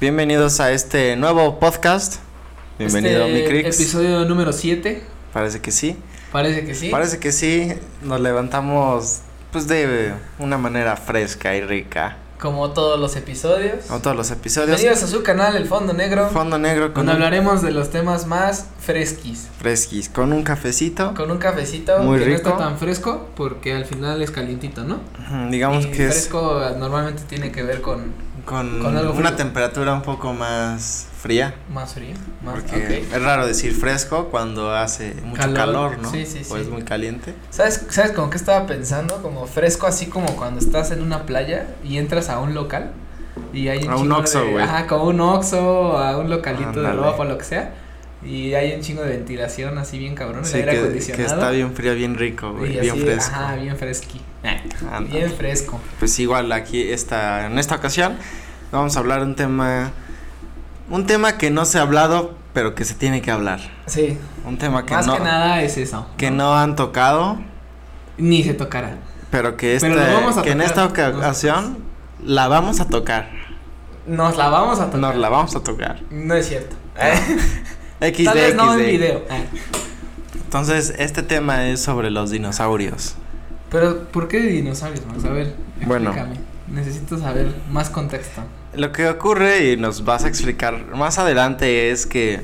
Bienvenidos a este nuevo podcast. Bienvenido, Este mi Crix. Episodio número 7. Parece que sí. Parece que sí. Parece que sí. Nos levantamos, pues, de una manera fresca y rica. Como todos los episodios. Como todos los episodios. Bienvenidos a su canal, El Fondo Negro. Fondo negro con donde un, hablaremos de los temas más fresquis. fresquis, con un cafecito. Con un cafecito Muy que rico. no está tan fresco porque al final es calientito, ¿no? Ujú, Digamos Y que es fresco eh, normalmente tiene que ver con con, con algo una frío. temperatura un poco más fría. más frío. Más, Porque ok. es raro decir fresco cuando hace mucho calor, Calor. ¿no? Sí, sí, O sí. es muy caliente. ¿Sabes, ¿Sabes con qué estaba pensando? Como fresco, así como cuando estás en una playa y entras a un local y hay un A un chingo Oxxo, de- güey. Ajá, como un oxo, a un localito de Ándale. ropa, lo que sea. Y hay un chingo de ventilación así bien cabrón, Sí, el aire que, que acondicionado. está bien frío, bien rico, güey, y bien así, fresco. Ajá, bien fresqui. eh, Ándale. Bien fresco. Pues igual aquí esta, en esta ocasión vamos a hablar un tema, un tema que no se ha hablado, pero que se tiene que hablar. Sí. Un tema que Más no que nada es eso. que no han tocado, Ni se tocará. pero que este, Pero lo vamos a que en tocar esta oca- nosotros. ocasión la vamos a tocar. Nos la vamos a tocar. Nos la vamos a tocar. No es cierto. XD, Tal vez no en XD. video. Ah. Entonces, este tema es sobre los dinosaurios. Pero, ¿por qué de dinosaurios, Max? A ver, Bueno. explícame. Necesito saber más contexto. Lo que ocurre, y nos vas a explicar más adelante, es que...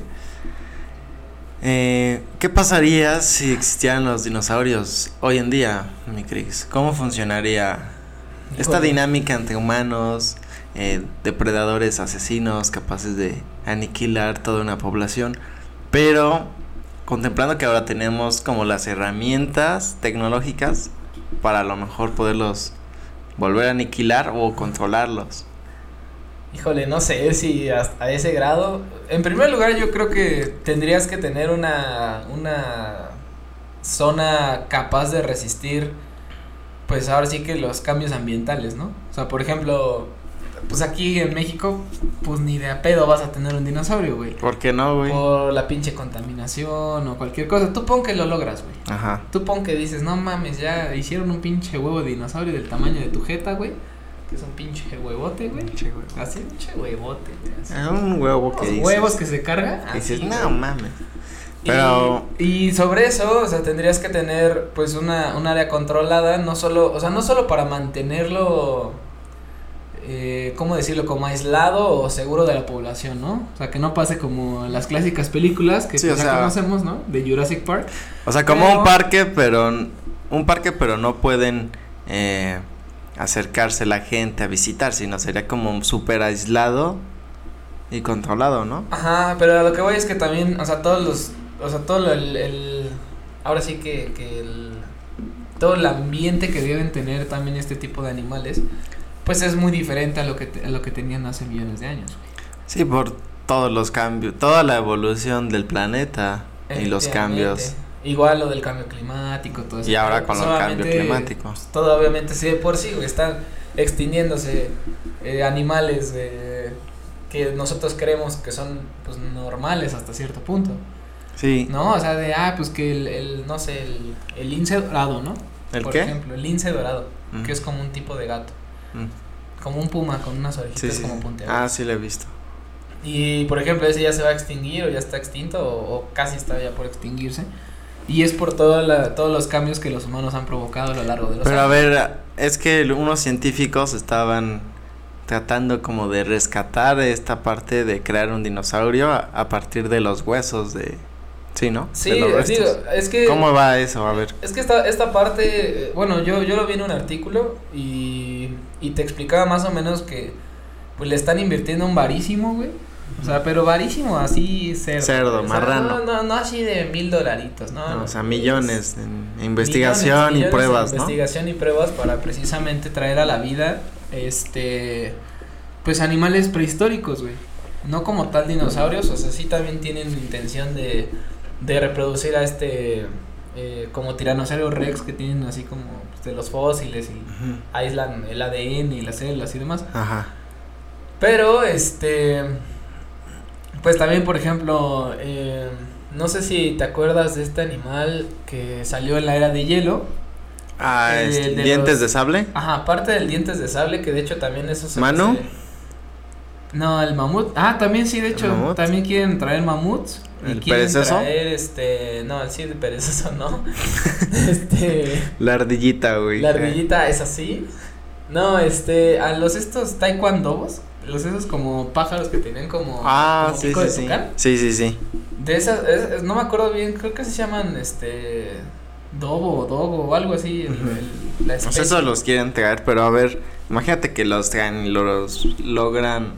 eh, ¿Qué pasaría si existieran los dinosaurios hoy en día, mi Cris? ¿Cómo funcionaría esta Híjole. dinámica entre humanos, eh, depredadores, asesinos, capaces de aniquilar toda una población? Pero contemplando que ahora tenemos como las herramientas tecnológicas para a lo mejor poderlos volver a aniquilar o controlarlos. Híjole, no sé si hasta ese grado. En primer lugar, yo creo que tendrías que tener una, una zona capaz de resistir, pues ahora sí que los cambios ambientales, ¿no? O sea, por ejemplo, pues aquí en México, pues ni de a pedo vas a tener un dinosaurio, güey. ¿Por qué no, güey? Por la pinche contaminación o cualquier cosa. Tú pon que lo logras, güey. Ajá. Tú pon que dices, no mames, ya hicieron un pinche huevo de dinosaurio del tamaño de tu jeta, güey. Que es un pinche huevote, güey. Así, pinche huevote, güey. así. Ah, un huevo que Los dices. huevos que se carga. que dices, así, no güey. mames. Y- Pero- Y, sobre eso, o sea, tendrías que tener, pues, una, un área controlada, no solo, o sea, no solo para mantenerlo, eh, ¿cómo decirlo? Como aislado o seguro de la población, ¿no? O sea, que no pase como las clásicas películas que Sí, pues, o ya sea- conocemos, ¿no? De Jurassic Park. O sea, como Pero- un parque, pero n- un parque, pero no pueden eh, acercarse la gente a visitar, sino sería como súper aislado y controlado, ¿no? Ajá, pero a lo que voy es que también, o sea, todos los, o sea, todo lo- el, el- ahora sí que, que el, todo el ambiente que deben tener también este tipo de animales, pues es muy diferente a lo que, te- a lo que tenían hace millones de años. güey. Sí, por todos los cambios, toda la evolución del planeta y los Efectivamente. cambios. Igual lo del cambio climático, todo eso. Y ahora con los cambios Solamente, climáticos. Todo obviamente sí de por sí, güey, están extinguiéndose eh, animales eh, que nosotros creemos que son pues normales hasta cierto punto. Sí. No, o sea, de, ah, pues que el, el, no sé, el, el lince dorado, ¿no? ¿El Por qué? ejemplo, el lince dorado, Ujú. que es como un tipo de gato, Mm. como un puma con unas orejitas Sí, sí. como sí. punteadas. Ah, sí, lo he visto. Y, por ejemplo, ese ya se va a extinguir o ya está extinto o, o casi está ya por extinguirse. Y es por toda la, todos los cambios que los humanos han provocado a lo largo de los Pero a años. ver, es que el- unos científicos estaban tratando como de rescatar esta parte de crear un dinosaurio a, a partir de los huesos de... Sí, ¿no? Sí, De los restos. digo, eh, es que... ¿Cómo va eso? A ver. Es que esta, esta parte, eh, bueno, yo, yo lo vi en un artículo y, y te explicaba más o menos que pues le están invirtiendo un varísimo, güey. O sea, pero varísimo, así cerdo. Cerdo, O sea, marrano. No, no, no así de mil dolaritos, no. No, o sea, ah, es millones en investigación millones, millones y pruebas, de ¿no? Investigación y pruebas para precisamente traer a la vida, este, pues animales prehistóricos, güey. No como tal dinosaurios, o sea, sí también tienen intención de, de reproducir a este, eh, como tiranosaurio rex que tienen así como pues, de los fósiles y Ujú. aislan el ADN y las células y demás. Ajá. Pero, este, pues también, por ejemplo, eh, no sé si te acuerdas de este animal que salió en la era de hielo. Ah, El este, Eh, de dientes los- de sable. Ajá, aparte del dientes de sable, que de hecho también eso se... ¿Manu? se- No, el mamut. Ah, también sí, de hecho. mamut? También quieren traer mamuts. y ¿El quieren perezoso? traer, este. No, el sí, el perezoso no. este. La ardillita, güey. La ardillita es así. No, este. A los estos taekwondobos. Los esos como pájaros que tenían como. Ah, como sí, pico de sí, sí. tucán. Sí, sí, sí. De esas, es- es- no me acuerdo bien, creo que se llaman este dobo o dogo o algo así. el- Ujú. el- la O especie. sea, eso los quieren traer, pero a ver, imagínate que los traen y los logran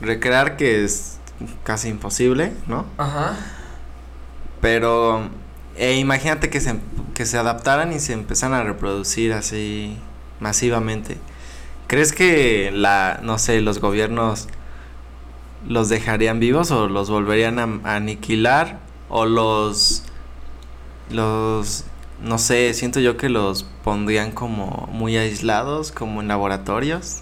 recrear, que es casi imposible, ¿no? Ajá. Pero eh, imagínate que se, que se adaptaran y se empezaran a reproducir así masivamente. ¿Crees que la, no sé, los gobiernos los dejarían vivos o los volverían a, a aniquilar o los los no sé, siento yo que los pondrían como muy aislados, como en laboratorios.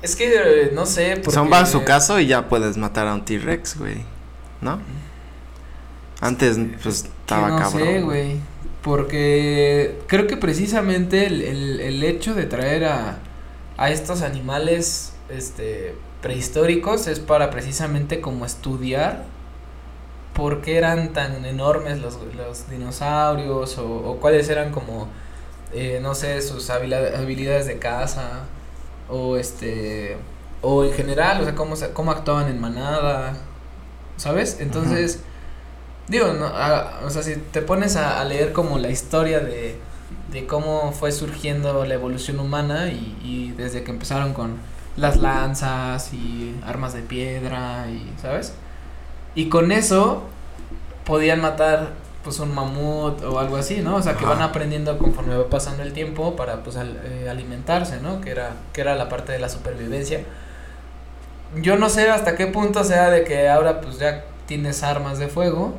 Es que eh, no sé. Porque... Son vas su caso y ya puedes matar a un T-Rex, güey. ¿No? Antes pues Mm. que estaba no cabrón. sé, güey. Porque creo que precisamente el, el, el hecho de traer a, a estos animales este, prehistóricos es para precisamente como estudiar por qué eran tan enormes los, los dinosaurios o, o cuáles eran como, eh, no sé, sus habila- habilidades de caza o este, o en general, o sea, cómo, se- cómo actuaban en manada, ¿sabes? Entonces, Digo, no, ah, o sea, si te pones a, a leer como la historia de, de cómo fue surgiendo la evolución humana y, y desde que empezaron con las lanzas y armas de piedra y, ¿sabes? Y con eso podían matar pues un mamut o algo así, ¿no? O sea, que van Ajá. aprendiendo conforme va pasando el tiempo para pues al- eh, alimentarse, ¿no? Que era, que era la parte de la supervivencia. Yo no sé hasta qué punto sea de que ahora pues ya tienes armas de fuego,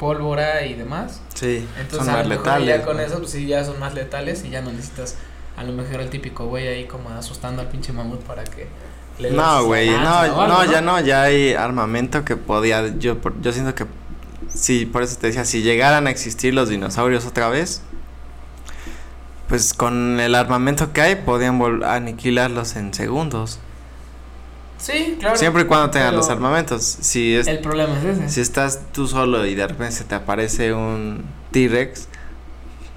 pólvora y demás. Sí, Entonces son a más lo mejor letales. ya con güey. eso pues sí ya son más letales y ya no necesitas a lo mejor el típico güey ahí como asustando al pinche mamut para que des No, güey, no, lanza o no, algo, ya no, ya hay armamento que podía, yo, por- yo siento que, sí, por eso te decía, si llegaran a existir los dinosaurios otra vez, pues con el armamento que hay podían vol- aniquilarlos en segundos, Sí, claro. siempre y cuando tengan pero los armamentos, si, es, El problema es ese. si estás tú solo y de repente se te aparece un T-Rex,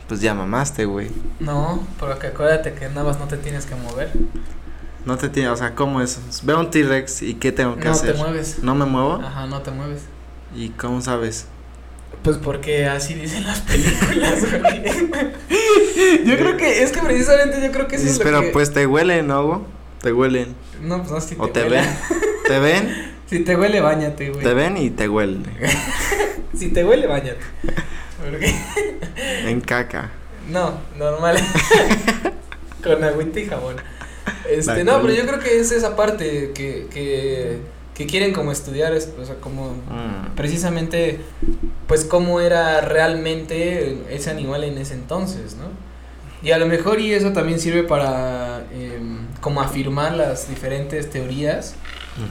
pues ya mamaste, güey, No, pero que acuérdate que nada más no te tienes que mover. no te tiene, o sea, ¿cómo es? Veo un T-Rex y ¿qué tengo que No hacer? te mueves. ¿No me muevo? Ajá, no te mueves. ¿Y cómo sabes? Pues porque así dicen las películas, güey. Yo creo que, es que precisamente yo creo que eso Dices, es lo pero que... pues te huelen, ¿no? güey? Te huelen. No, pues no, si o te huele. ven. te ven, Si te huele, bañate, güey. te ven y te huelen. Si te huele, bañate. Porque... En caca. No, normal. Con agüita y jabón. Este, La no, pero colita. yo creo que es esa parte que, que, que quieren como estudiar, es- o sea, como Mm. precisamente, pues cómo era realmente ese animal en ese entonces, ¿no? Y a lo mejor y eso también sirve para em, como afirmar las diferentes teorías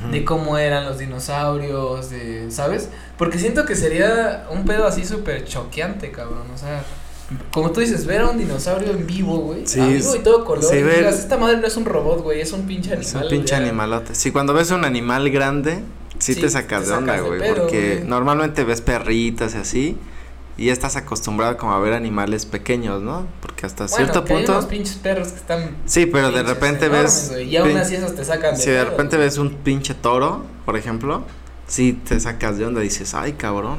Ujú. de cómo eran los dinosaurios, de, ¿sabes? Porque siento que sería un pedo así súper choqueante, cabrón, o sea, como tú dices, ver a un dinosaurio en vivo, güey, Sí, a vivo y es- todo color, sí, y ver- digas, esta madre no es un robot, güey, es un pinche animal. Es un pinche güey". animalote. Sí, cuando ves un animal grande, sí, Sí, te sacas te de onda, sacas de güey. pedo, porque güey. normalmente ves perritas y así. Y ya estás acostumbrado como a ver animales pequeños, ¿no? Porque hasta Bueno, cierto que hay punto. unos pinches perros que están Sí, pero de pinches repente enormes, ves. güey, y aún pin- así esos te sacan Si de pedo, repente güey. ves un pinche toro, por ejemplo, sí te sacas de onda y dices, ay cabrón.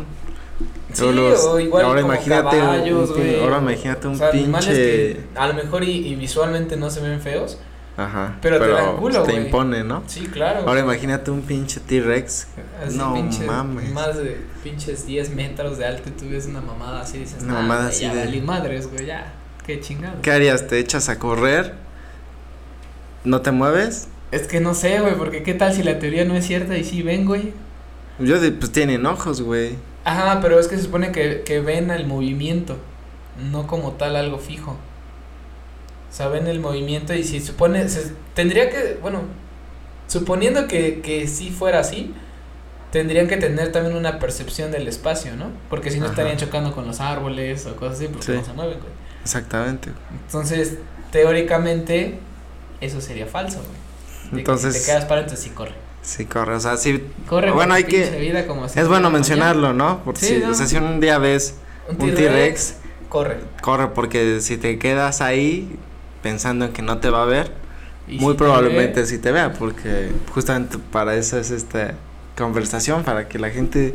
Sí, Luego los- o igual ahora como imagínate un- caballos, un pin- güey, ahora o- imagínate un animales que pinche- a lo mejor y, y visualmente no se ven feos. Ajá. Pero te dan culo, te güey. impone, ¿no? Sí, claro. Ahora imagínate un pinche T-Rex. Así no pinche- mames. Más de pinches 10 metros de alto y tú ves una mamada así dices, Una "Nah, mamada güey, así ya de- valí madres, güey, ya. Qué chingado. ¿Qué harías? ¿Te echas a correr? ¿No te mueves? Es que no sé, güey, porque qué tal si la teoría no es cierta y sí ven, güey. Yo de- pues tienen ojos, güey. Ajá, pero es que se supone que, que ven el movimiento, no como tal algo fijo. O sea, ven el movimiento y si supone, se- tendría que, bueno, suponiendo que, que sí fuera así, tendrían que tener también una percepción del espacio, ¿no? Porque si no Ajá. estarían chocando con los árboles o cosas así, porque Sí. no se mueven, güey. Exactamente. güey. Entonces, teóricamente, eso sería falso, güey. De Entonces- que te quedas paréntesis y corre. Sí, corre, o sea, sí. Corre Bueno, con hay tu que- pinche vida como si Es bueno fuera mañana. mencionarlo, ¿no? Porque Sí, si, ¿no? o sea, si un día ves un T-Rex, corre. corre, porque si te quedas ahí pensando en que no te va a ver, Y muy si te probablemente ve, sí te vea, porque justamente para eso es esta conversación, para que la gente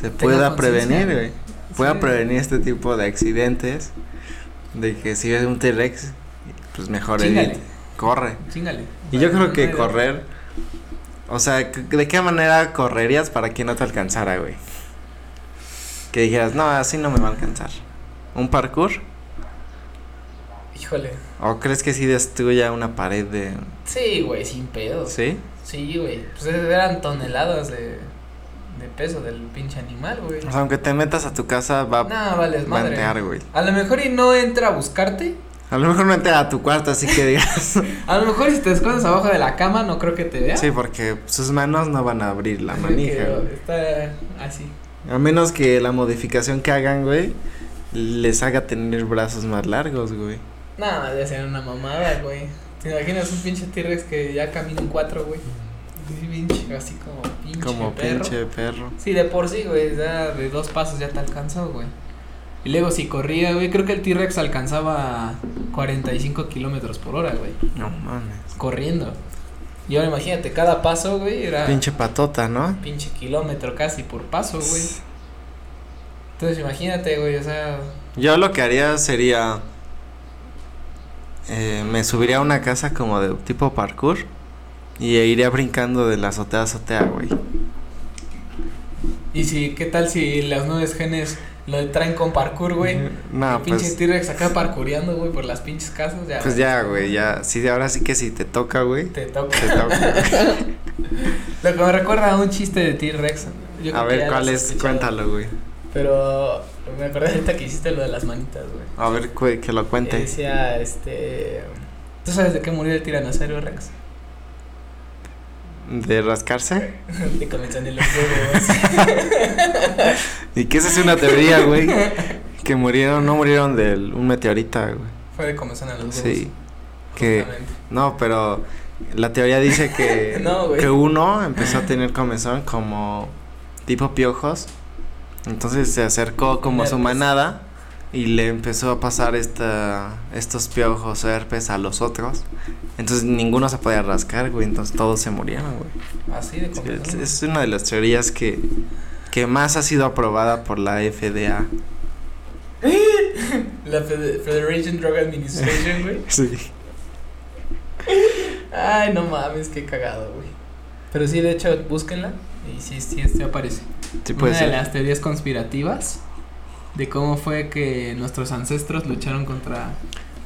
se pueda conciencia. prevenir, güey. Pueda Sí. prevenir este tipo de accidentes, de que si ves un T-Rex, pues mejor Chíngale. evite, corre. Chingale. Y yo creo que correr, o sea, c- ¿de qué manera correrías para que no te alcanzara, güey? Que dijeras, no, así no me va a alcanzar. ¿Un parkour? Híjole. ¿O crees que si destruya una pared de... Sí, güey, sin pedo. ¿Sí? Sí, güey. Pues eran toneladas de, de peso del pinche animal, güey. O sea, aunque te metas a tu casa, va a No, vales madre. plantear, güey. A lo mejor y no entra a buscarte. A lo mejor no entra a tu cuarto, así que digas. A lo mejor y si te escondes abajo de la cama, no creo que te vea. sí, porque sus manos no van a abrir la Creo manija, que güey. Está así. A menos que la modificación que hagan, güey, les haga tener brazos más largos, güey. Nada, debe ser una mamada, güey. ¿Te imaginas un pinche T-Rex que ya camina un cuatro, güey? Así pinche, así como pinche Como perro. pinche perro. Sí, de por sí, güey, ya de dos pasos ya te alcanzó, güey. Y luego si corría, güey, creo que el T-Rex alcanzaba 45 kilómetros por hora, güey, No mames. corriendo. Y ahora imagínate, cada paso, güey, era Pinche patota, ¿no? pinche kilómetro casi por paso, güey. Entonces imagínate, güey, o sea, Yo lo que haría sería. eh, me subiría a una casa como de tipo parkour. Y e iría brincando de la azotea a azotea, güey. y si, ¿qué tal si las nuevas genes lo traen con parkour, güey? No, el pinche pues. T-Rex acá parkoureando, güey, por las pinches casas, ya. Pues ya, güey, ya. Sí, ahora sí que si te toca, güey. Te toca. Te toca. Lo que me recuerda a un chiste de T-Rex. Yo A creo que ya ver, lo ¿cuál has es? escuchado. Cuéntalo, güey. Pero me acordé ahorita que hiciste lo de las manitas, güey. A ver, cu- que lo Y cuente. Decía, este. ¿Tú sabes de qué murió el tiranosaurio Rex? ¿De rascarse? De comenzar en los huevos. ¿Y que esa es una teoría, güey? Que murieron, no murieron de un meteorita, güey. Fue de comenzar en los huevos. Sí. Que. justamente. No, pero la teoría dice que, No, güey. que uno empezó a tener comezón como tipo piojos. Entonces se acercó como a su Herpes. manada y le empezó a pasar esta, estos piojos o herpes a los otros. Entonces ninguno se podía rascar, güey. Entonces todos se murieron, güey. Así de Sí, comenzar. es- Es una de las teorías que, que más ha sido aprobada por la FDA. La Fed- Federation Drug Administration, güey. Sí. Ay, no mames, qué cagado, güey. Pero sí, de hecho, búsquenla. Y sí, sí, sí aparece. Sí, puede Una ser. de las teorías conspirativas de cómo fue que nuestros ancestros lucharon contra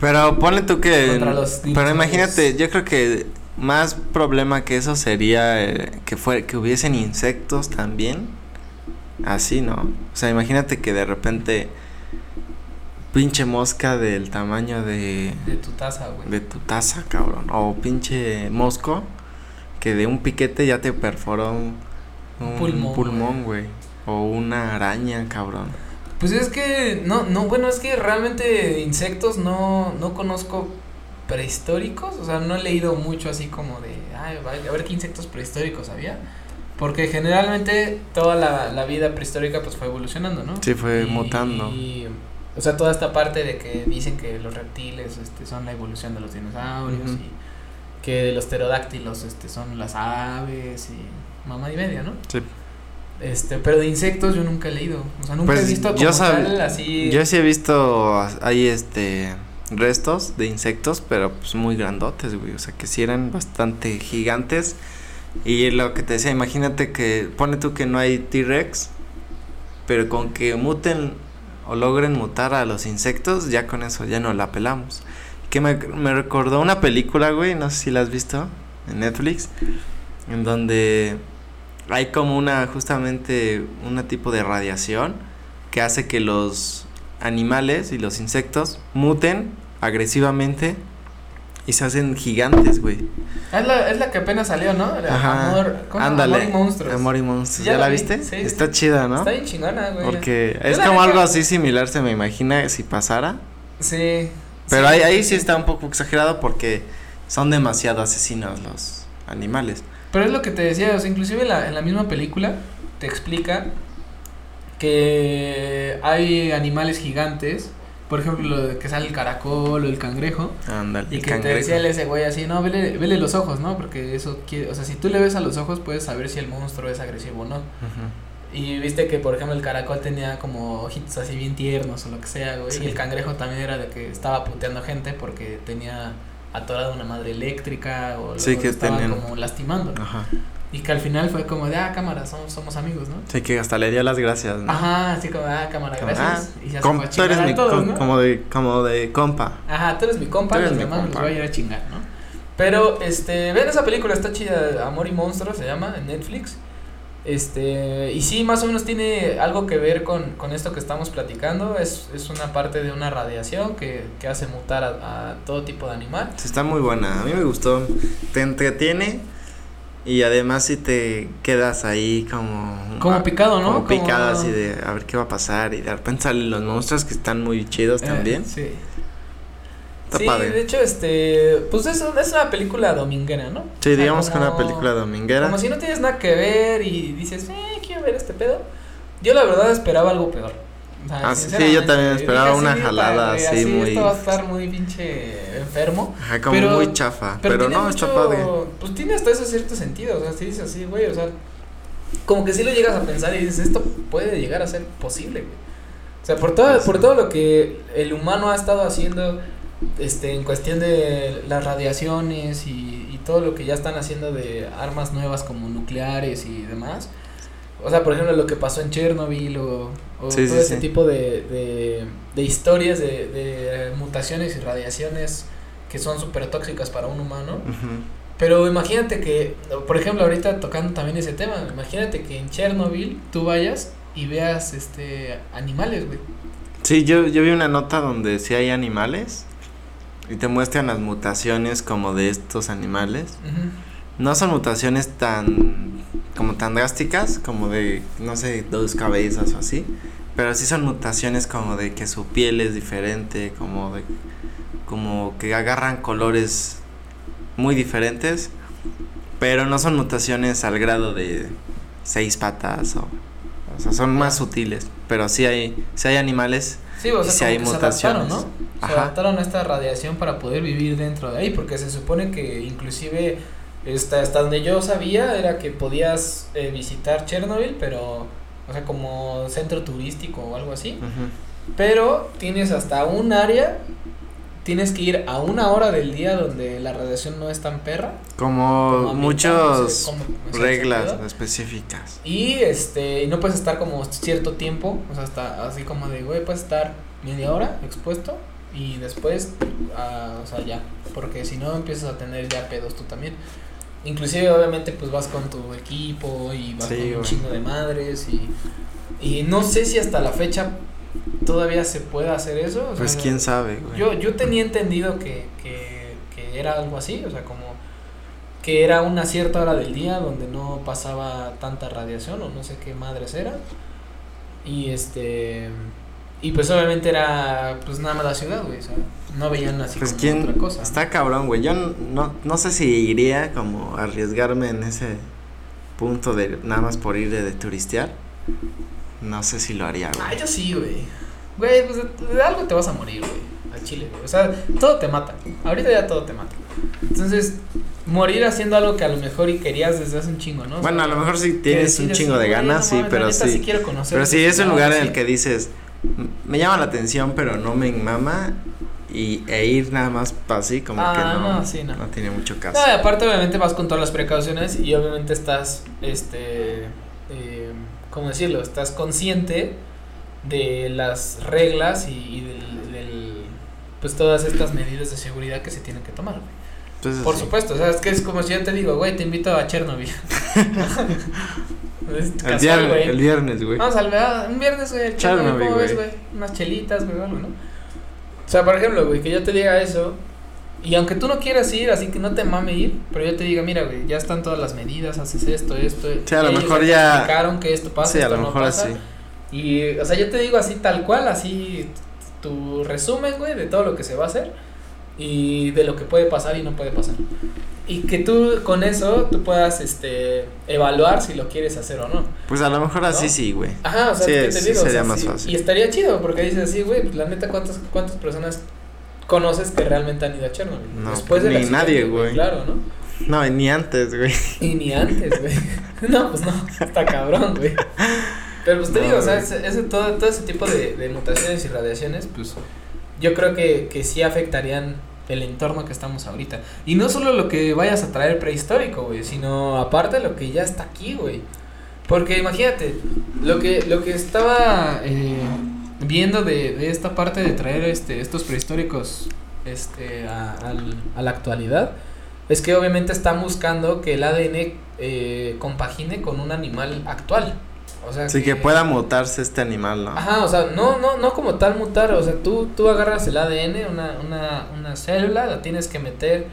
Pero ponle tú que. Contra los pero dinosaurios. imagínate, yo creo que más problema que eso sería eh, que fue que hubiesen insectos también. Así, ¿no? O sea, imagínate que de repente pinche mosca del tamaño de de tu taza, güey. de tu taza, cabrón, o pinche mosco que de un piquete ya te perforó un, un Pulmón, pulmón, güey, o una araña, cabrón. Pues es que no no bueno, es que realmente insectos no no conozco prehistóricos, o sea, no he leído mucho así como de, ay, va- a ver qué insectos prehistóricos había. Porque generalmente toda la, la vida prehistórica pues fue evolucionando, ¿no? Sí fue Y- mutando. y, o sea, toda esta parte de que dicen que los reptiles este, son la evolución de los dinosaurios Ujú. y que los pterodáctilos este, son las aves y mamá y media, ¿no? Sí. Este, pero de insectos yo nunca he leído. O sea, nunca he Pues, visto como yo sab- tal así. Yo sí he visto as- ahí este restos de insectos, pero pues muy grandotes, güey, o sea, que sí eran bastante gigantes. Y lo que te decía, imagínate que pone tú que no hay T-Rex, pero con que muten o logren mutar a los insectos, ya con eso ya no la pelamos. Que me, me recordó una película, güey, no sé si la has visto en Netflix, en donde hay como una justamente una tipo de radiación que hace que los animales y los insectos muten agresivamente y se hacen gigantes, güey. Es, la, es la que apenas salió, ¿no? La Ajá. Amor, ¿cómo se llama? Ándale. Amor y monstruos. Amor y monstruos. Ya ¿Ya, la la vi, viste? sí, Está chida, ¿no? Está bien chingona, güey. Porque Yo es la como neta- algo así similar, se me imagina si pasara. Sí. Pero sí, ahí, ahí sí está un poco exagerado porque son demasiado asesinos los animales. Pero es lo que te decía, o sea, inclusive la, en la misma película te explica que hay animales gigantes, por ejemplo, lo de que sale el caracol o el cangrejo, Ándale, y el que te cangrejo. decía el ese güey así, no, vele, vele los ojos, ¿no? Porque eso quiere, o sea, si tú le ves a los ojos puedes saber si el monstruo es agresivo o no. Ujú. Y viste que, por ejemplo, el caracol tenía como ojitos así bien tiernos o lo que sea, güey. Sí. Y el cangrejo también era de que estaba puteando gente porque tenía atorada una madre eléctrica o Sí, lo que estaban tenían- Ah. como lastimando. Ajá. Y que al final fue como de, ah, cámara, somos, somos amigos, ¿no? Sí, que hasta le dio las gracias, ¿no? Ajá, así como, ah, cámara, Como, gracias. ah, y ya se com- fue a tú eres chingar a mi todos, com- ¿no? como de como de compa. Ajá, tú eres mi compa, Tú eres los mi demás los compa. voy a ir a chingar, ¿no? Pero, este, vean esa película, está chida, Amor y Monstruos se llama, en Netflix. Este, y sí, más o menos tiene algo que ver con, con esto que estamos platicando. Es, es una parte de una radiación que, que hace mutar a, a todo tipo de animal. Sí, Está muy buena, a mí me gustó. Te entretiene y además si te quedas ahí como Como ah, picado, ¿no? Como Como- picado así de a ver qué va a pasar y de repente salen los monstruos que están muy chidos Eh, también. sí. Está Sí, padre. de hecho, este, pues es, un- es una película dominguera, ¿no? Sí, O sea, digamos que una como- película dominguera. Como si no tienes nada que ver y dices, eh, quiero ver este pedo. Yo la verdad esperaba algo peor. O sea, Ah, sí, sí, sinceramente, yo también esperaba dije, una "Sí, jalada güey, así muy- Esto va a estar muy pinche enfermo. Ajá, como pero- muy chafa, pero, Pero, tiene no, mucho- está padre. Pues tiene hasta ese cierto sentido. O sea, si dices así, güey, o sea, como que sí lo llegas a pensar y dices, esto puede llegar a ser posible, güey. O sea, por todo, Pues sí. por todo lo que el humano ha estado haciendo este, en cuestión de las radiaciones y, y todo lo que ya están haciendo de armas nuevas como nucleares y demás. O sea, por ejemplo, lo que pasó en Chernobyl o, o Sí, todo sí, sí. ese tipo de, de, de historias de, de mutaciones y radiaciones que son súper tóxicas para un humano. Ujú. Pero imagínate que, por ejemplo, ahorita tocando también ese tema, imagínate que en Chernobyl tú vayas y veas este animales, güey. Sí, yo, yo vi una nota donde sí hay animales y te muestran las mutaciones como de estos animales. Ujú. No son mutaciones tan como tan drásticas como de no sé dos cabezas o así, pero sí son mutaciones como de que su piel es diferente, como de como que agarran colores muy diferentes, pero no son mutaciones al grado de seis patas o o sea, son más sutiles, pero sí hay sí hay animales Sí, o Y sea, si como hay que se adaptaron, ¿no? mutaciones. Se Ajá. adaptaron a esta radiación para poder vivir dentro de ahí, porque se supone que inclusive esta, hasta donde yo sabía era que podías eh, visitar Chernobyl, pero, o sea, como centro turístico o algo así, Ujú. pero tienes hasta un área, tienes que ir a una hora del día donde la radiación no es tan perra. como, como ambiental, no sé muchas cómo- cómo se llama ese reglas pedo. específicas. Y este, y no puedes estar como cierto tiempo, o sea, hasta así como de, güey, puedes estar media hora expuesto y después, ah, o sea, ya, porque si no empiezas a tener ya pedos tú también. Inclusive, obviamente, pues vas con tu equipo y vas Sí, con un güey. chingo de madres y, y no sé si hasta la fecha todavía se pueda hacer eso. o Pues sea, quién sabe, güey. yo, yo tenía entendido que, que, que era algo así, o sea, como que era una cierta hora del día donde no pasaba tanta radiación o no sé qué madres era. Y este y pues obviamente era pues nada más la ciudad, güey, o sea, no veían así Pues como quién otra cosa. ¿no? está cabrón, güey. Yo n- no, no sé si iría como a arriesgarme en ese punto de nada más por ir de, de turistear. No sé si lo haría, Ah, güey. yo sí, güey. Güey, pues de, de algo te vas a morir, güey. Al chile, güey. O sea, todo te mata. Ahorita ya todo te mata. Entonces, morir haciendo algo que a lo mejor y querías desde hace un chingo, ¿no? O Bueno, sea, a lo mejor sí que tienes un decides, chingo de "Güey, no ganas, sí, mames, la pero neta sí. quiero conocer Pero este si es un lugar, lugar en sí. el que dices, "M- me llama la atención, pero no me mama, y, e ir nada más pa' así, como Ah, que no, no, sí, no. tiene mucho caso. No, y aparte obviamente vas con todas las precauciones y obviamente estás, este, eh, ¿cómo decirlo? Estás consciente de las reglas y, y del, del- pues todas estas medidas de seguridad que se tienen que tomar. güey. Entonces, Por Pues, sí. supuesto, o sea, es que es como si yo te digo, güey, te invito a Chernobyl. Es El, casual, vier- güey. el viernes, güey. Vamos al ver- un viernes, güey, el Chernobyl, Chernobyl, ¿cómo ves, güey? güey? Unas chelitas, güey, o algo, ¿no? O sea, por ejemplo, güey, que yo te diga eso, y aunque tú no quieras ir, así que no te mame ir, pero yo te diga, mira, güey, ya están todas las medidas, haces esto, esto. Sí, a lo ellos mejor te ya- explicaron que esto pasa, sí, a esto lo no mejor pasa. así. Y, o sea, yo te digo así tal cual, así tu resumen, güey, de todo lo que se va a hacer. y de lo que puede pasar y no puede pasar. Y que tú con eso tú puedas este evaluar si lo quieres hacer o no. Pues a lo mejor así ¿No? sí, güey. Ajá, o sea, Sí, ¿qué es- te sí digo? O sea, sería más sí, fácil. Y estaría chido porque dices así, güey, pues la neta cuántas cuántas personas conoces que realmente han ido a Chernobyl. No, pues, Después del ni accidente, nadie, güey. Claro, ¿no? No, ni antes, güey. Y ni antes, güey. No, pues no, está cabrón, güey. Pero pues te No, digo, o sea, güey. ese, ese- todo, todo ese tipo de, de mutaciones y radiaciones, pues yo creo que, que sí afectarían el entorno que estamos ahorita. Y no solo lo que vayas a traer prehistórico, güey, sino aparte lo que ya está aquí, güey. Porque imagínate, lo que, lo que estaba eh, viendo de, de esta parte de traer este, estos prehistóricos este, a, al- a la actualidad, es que obviamente están buscando que el ADN eh, compagine con un animal actual. O sea, Así que pueda mutarse este animal, ¿no? Ajá, o sea, no, no, no como tal mutar, o sea, tú, tú agarras el ADN, una, una, una célula, la tienes que meter,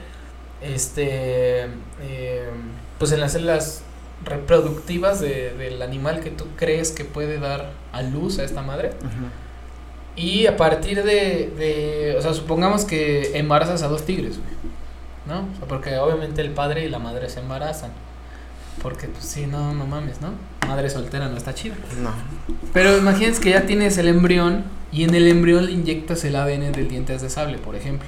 este, eh, pues en las células reproductivas de- del animal que tú crees que puede dar a luz a esta madre. Ujú. Y a partir de, de o sea, supongamos que embarazas a dos tigres, güey, ¿no? O sea, porque obviamente el padre y la madre se embarazan. Porque, pues, sí, no, no mames, ¿no? Madre soltera no está chido. No. Pero imagínense que ya tienes el embrión y en el embrión le inyectas el ADN del dientes de sable, por ejemplo.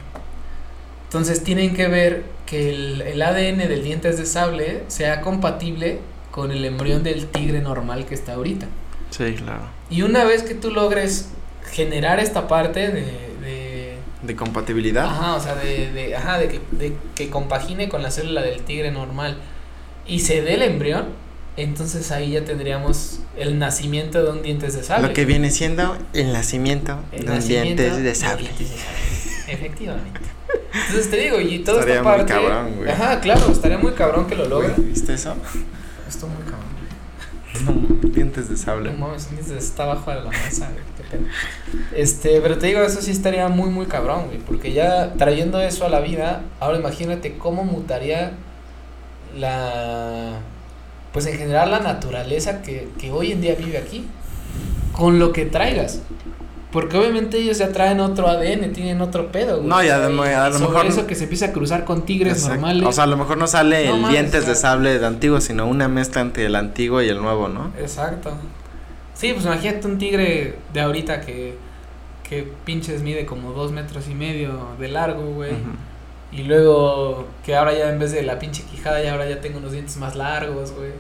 Entonces tienen que ver que el, el ADN del dientes de sable sea compatible con el embrión del tigre normal que está ahorita. Sí, claro. Y una vez que tú logres generar esta parte de... de De compatibilidad. ajá, o sea, de, de- ajá, de que, de que compagine con la célula del tigre normal y se dé el embrión, entonces ahí ya tendríamos el nacimiento de un dientes de sable. Lo que viene siendo el nacimiento El de un nacimiento diente de de sable. dientes de sable. Efectivamente. Entonces te digo, y toda Estaría esta muy parte. cabrón, güey. Ajá, claro, estaría muy cabrón que lo logre. Güey, ¿Viste eso? Esto muy cabrón. Dientes de No sable. mames, entonces está abajo de la mesa, güey, qué pena. Este, pero te digo, eso sí estaría muy, muy cabrón, güey. Porque ya trayendo eso a la vida, ahora imagínate cómo mutaría la. Pues en general la naturaleza que, que hoy en día vive aquí. Con lo que traigas. Porque obviamente ellos ya traen otro ADN, tienen otro pedo, güey. No, y además, a lo sobre mejor- eso que se empieza a cruzar con tigres Exacto. normales. O sea, a lo mejor no sale No el mames, dientes de claro. sable de antiguo, sino una mezcla entre el antiguo y el nuevo, ¿no? Exacto. Sí, pues imagínate un tigre de ahorita que, que pinches mide como dos metros y medio de largo, güey. Ujú. Y luego que ahora ya en vez de la pinche quijada ya ahora ya tengo unos dientes más largos, güey.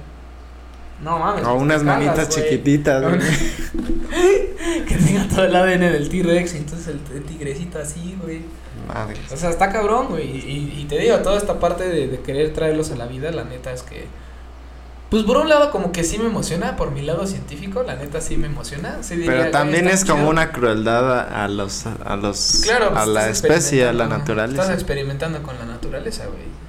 No mames. O pues, te unas cagas, manitas güey. chiquititas. güey. que tenga todo el ADN del T-Rex y entonces el, el tigrecito así, güey. Madre. O sea, está cabrón, güey. Y, y- y te digo, toda esta parte de, de querer traerlos a la vida, la neta es que. Pues por un lado, como que sí me emociona, por mi lado científico, la neta sí me emociona. sí diría, Pero güey, también está es como chido. una crueldad a, a los, a los, Claro, pues, a la estás especie, a la experimentando, naturaleza. Estás experimentando con la naturaleza, güey.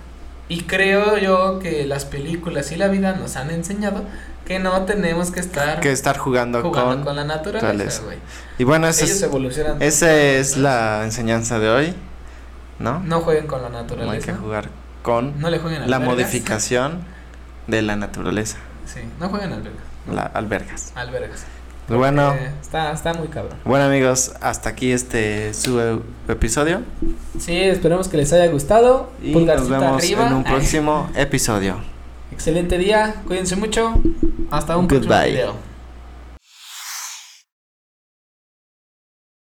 Y creo yo que las películas y la vida nos han enseñado que no tenemos que estar Que estar jugando, jugando con... con, la naturaleza. naturaleza, güey. Y bueno, esa Ellos es, evolucionan. esa es la enseñanza de hoy, ¿no? No jueguen con la No hay que naturaleza. jugar con No le jueguen al la modificación de la naturaleza, Sí, no jueguen al verga. la albergas. Albergas. Pues bueno, Eh, está, está muy cabrón. bueno amigos, hasta aquí este su eh, episodio Sí, esperemos que les haya gustado. y nos Pulgarcita vemos arriba. en un próximo episodio. Excelente día. Cuídense mucho. Hasta un próximo Goodbye. video.